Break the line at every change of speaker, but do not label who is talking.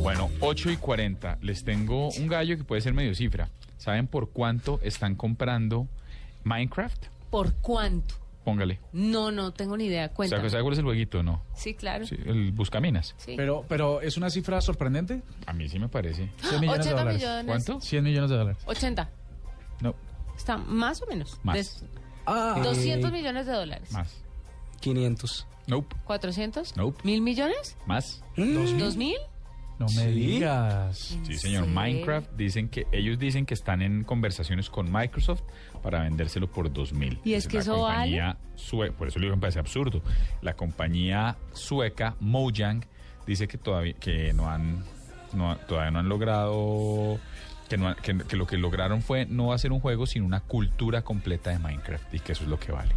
Bueno, 8 y 40. Les tengo un gallo que puede ser medio cifra. ¿Saben por cuánto están comprando Minecraft?
¿Por cuánto?
Póngale.
No, no tengo ni idea.
O sea,
Cuéntame.
¿Sabe cuál es el jueguito? No.
Sí, claro.
Sí, el Buscaminas.
Sí.
Pero, pero es una cifra sorprendente.
A mí sí me parece.
100 millones de
80
dólares.
Ah, millones.
¿Cuánto?
100 millones de dólares.
80.
No,
Está más o menos.
Más. Mm.
Des-
Ah,
200 millones de dólares.
más.
500.
Nope,
400.
Nope.
¿Mil millones?
más.
¿Dos mil?
No me
¿Sí?
digas.
Sí, señor.
Sí.
Minecraft dicen que ellos dicen que están en conversaciones con Microsoft para vendérselo por 2000.
¿Y es que
la
eso
compañía sue- por eso le digo que me parece absurdo. La compañía sueca Mojang dice que todavía que no han no ha- todavía no han logrado que, no ha- que- que lo que lograron fue no hacer un juego sino una cultura completa de Minecraft y que eso es lo que vale.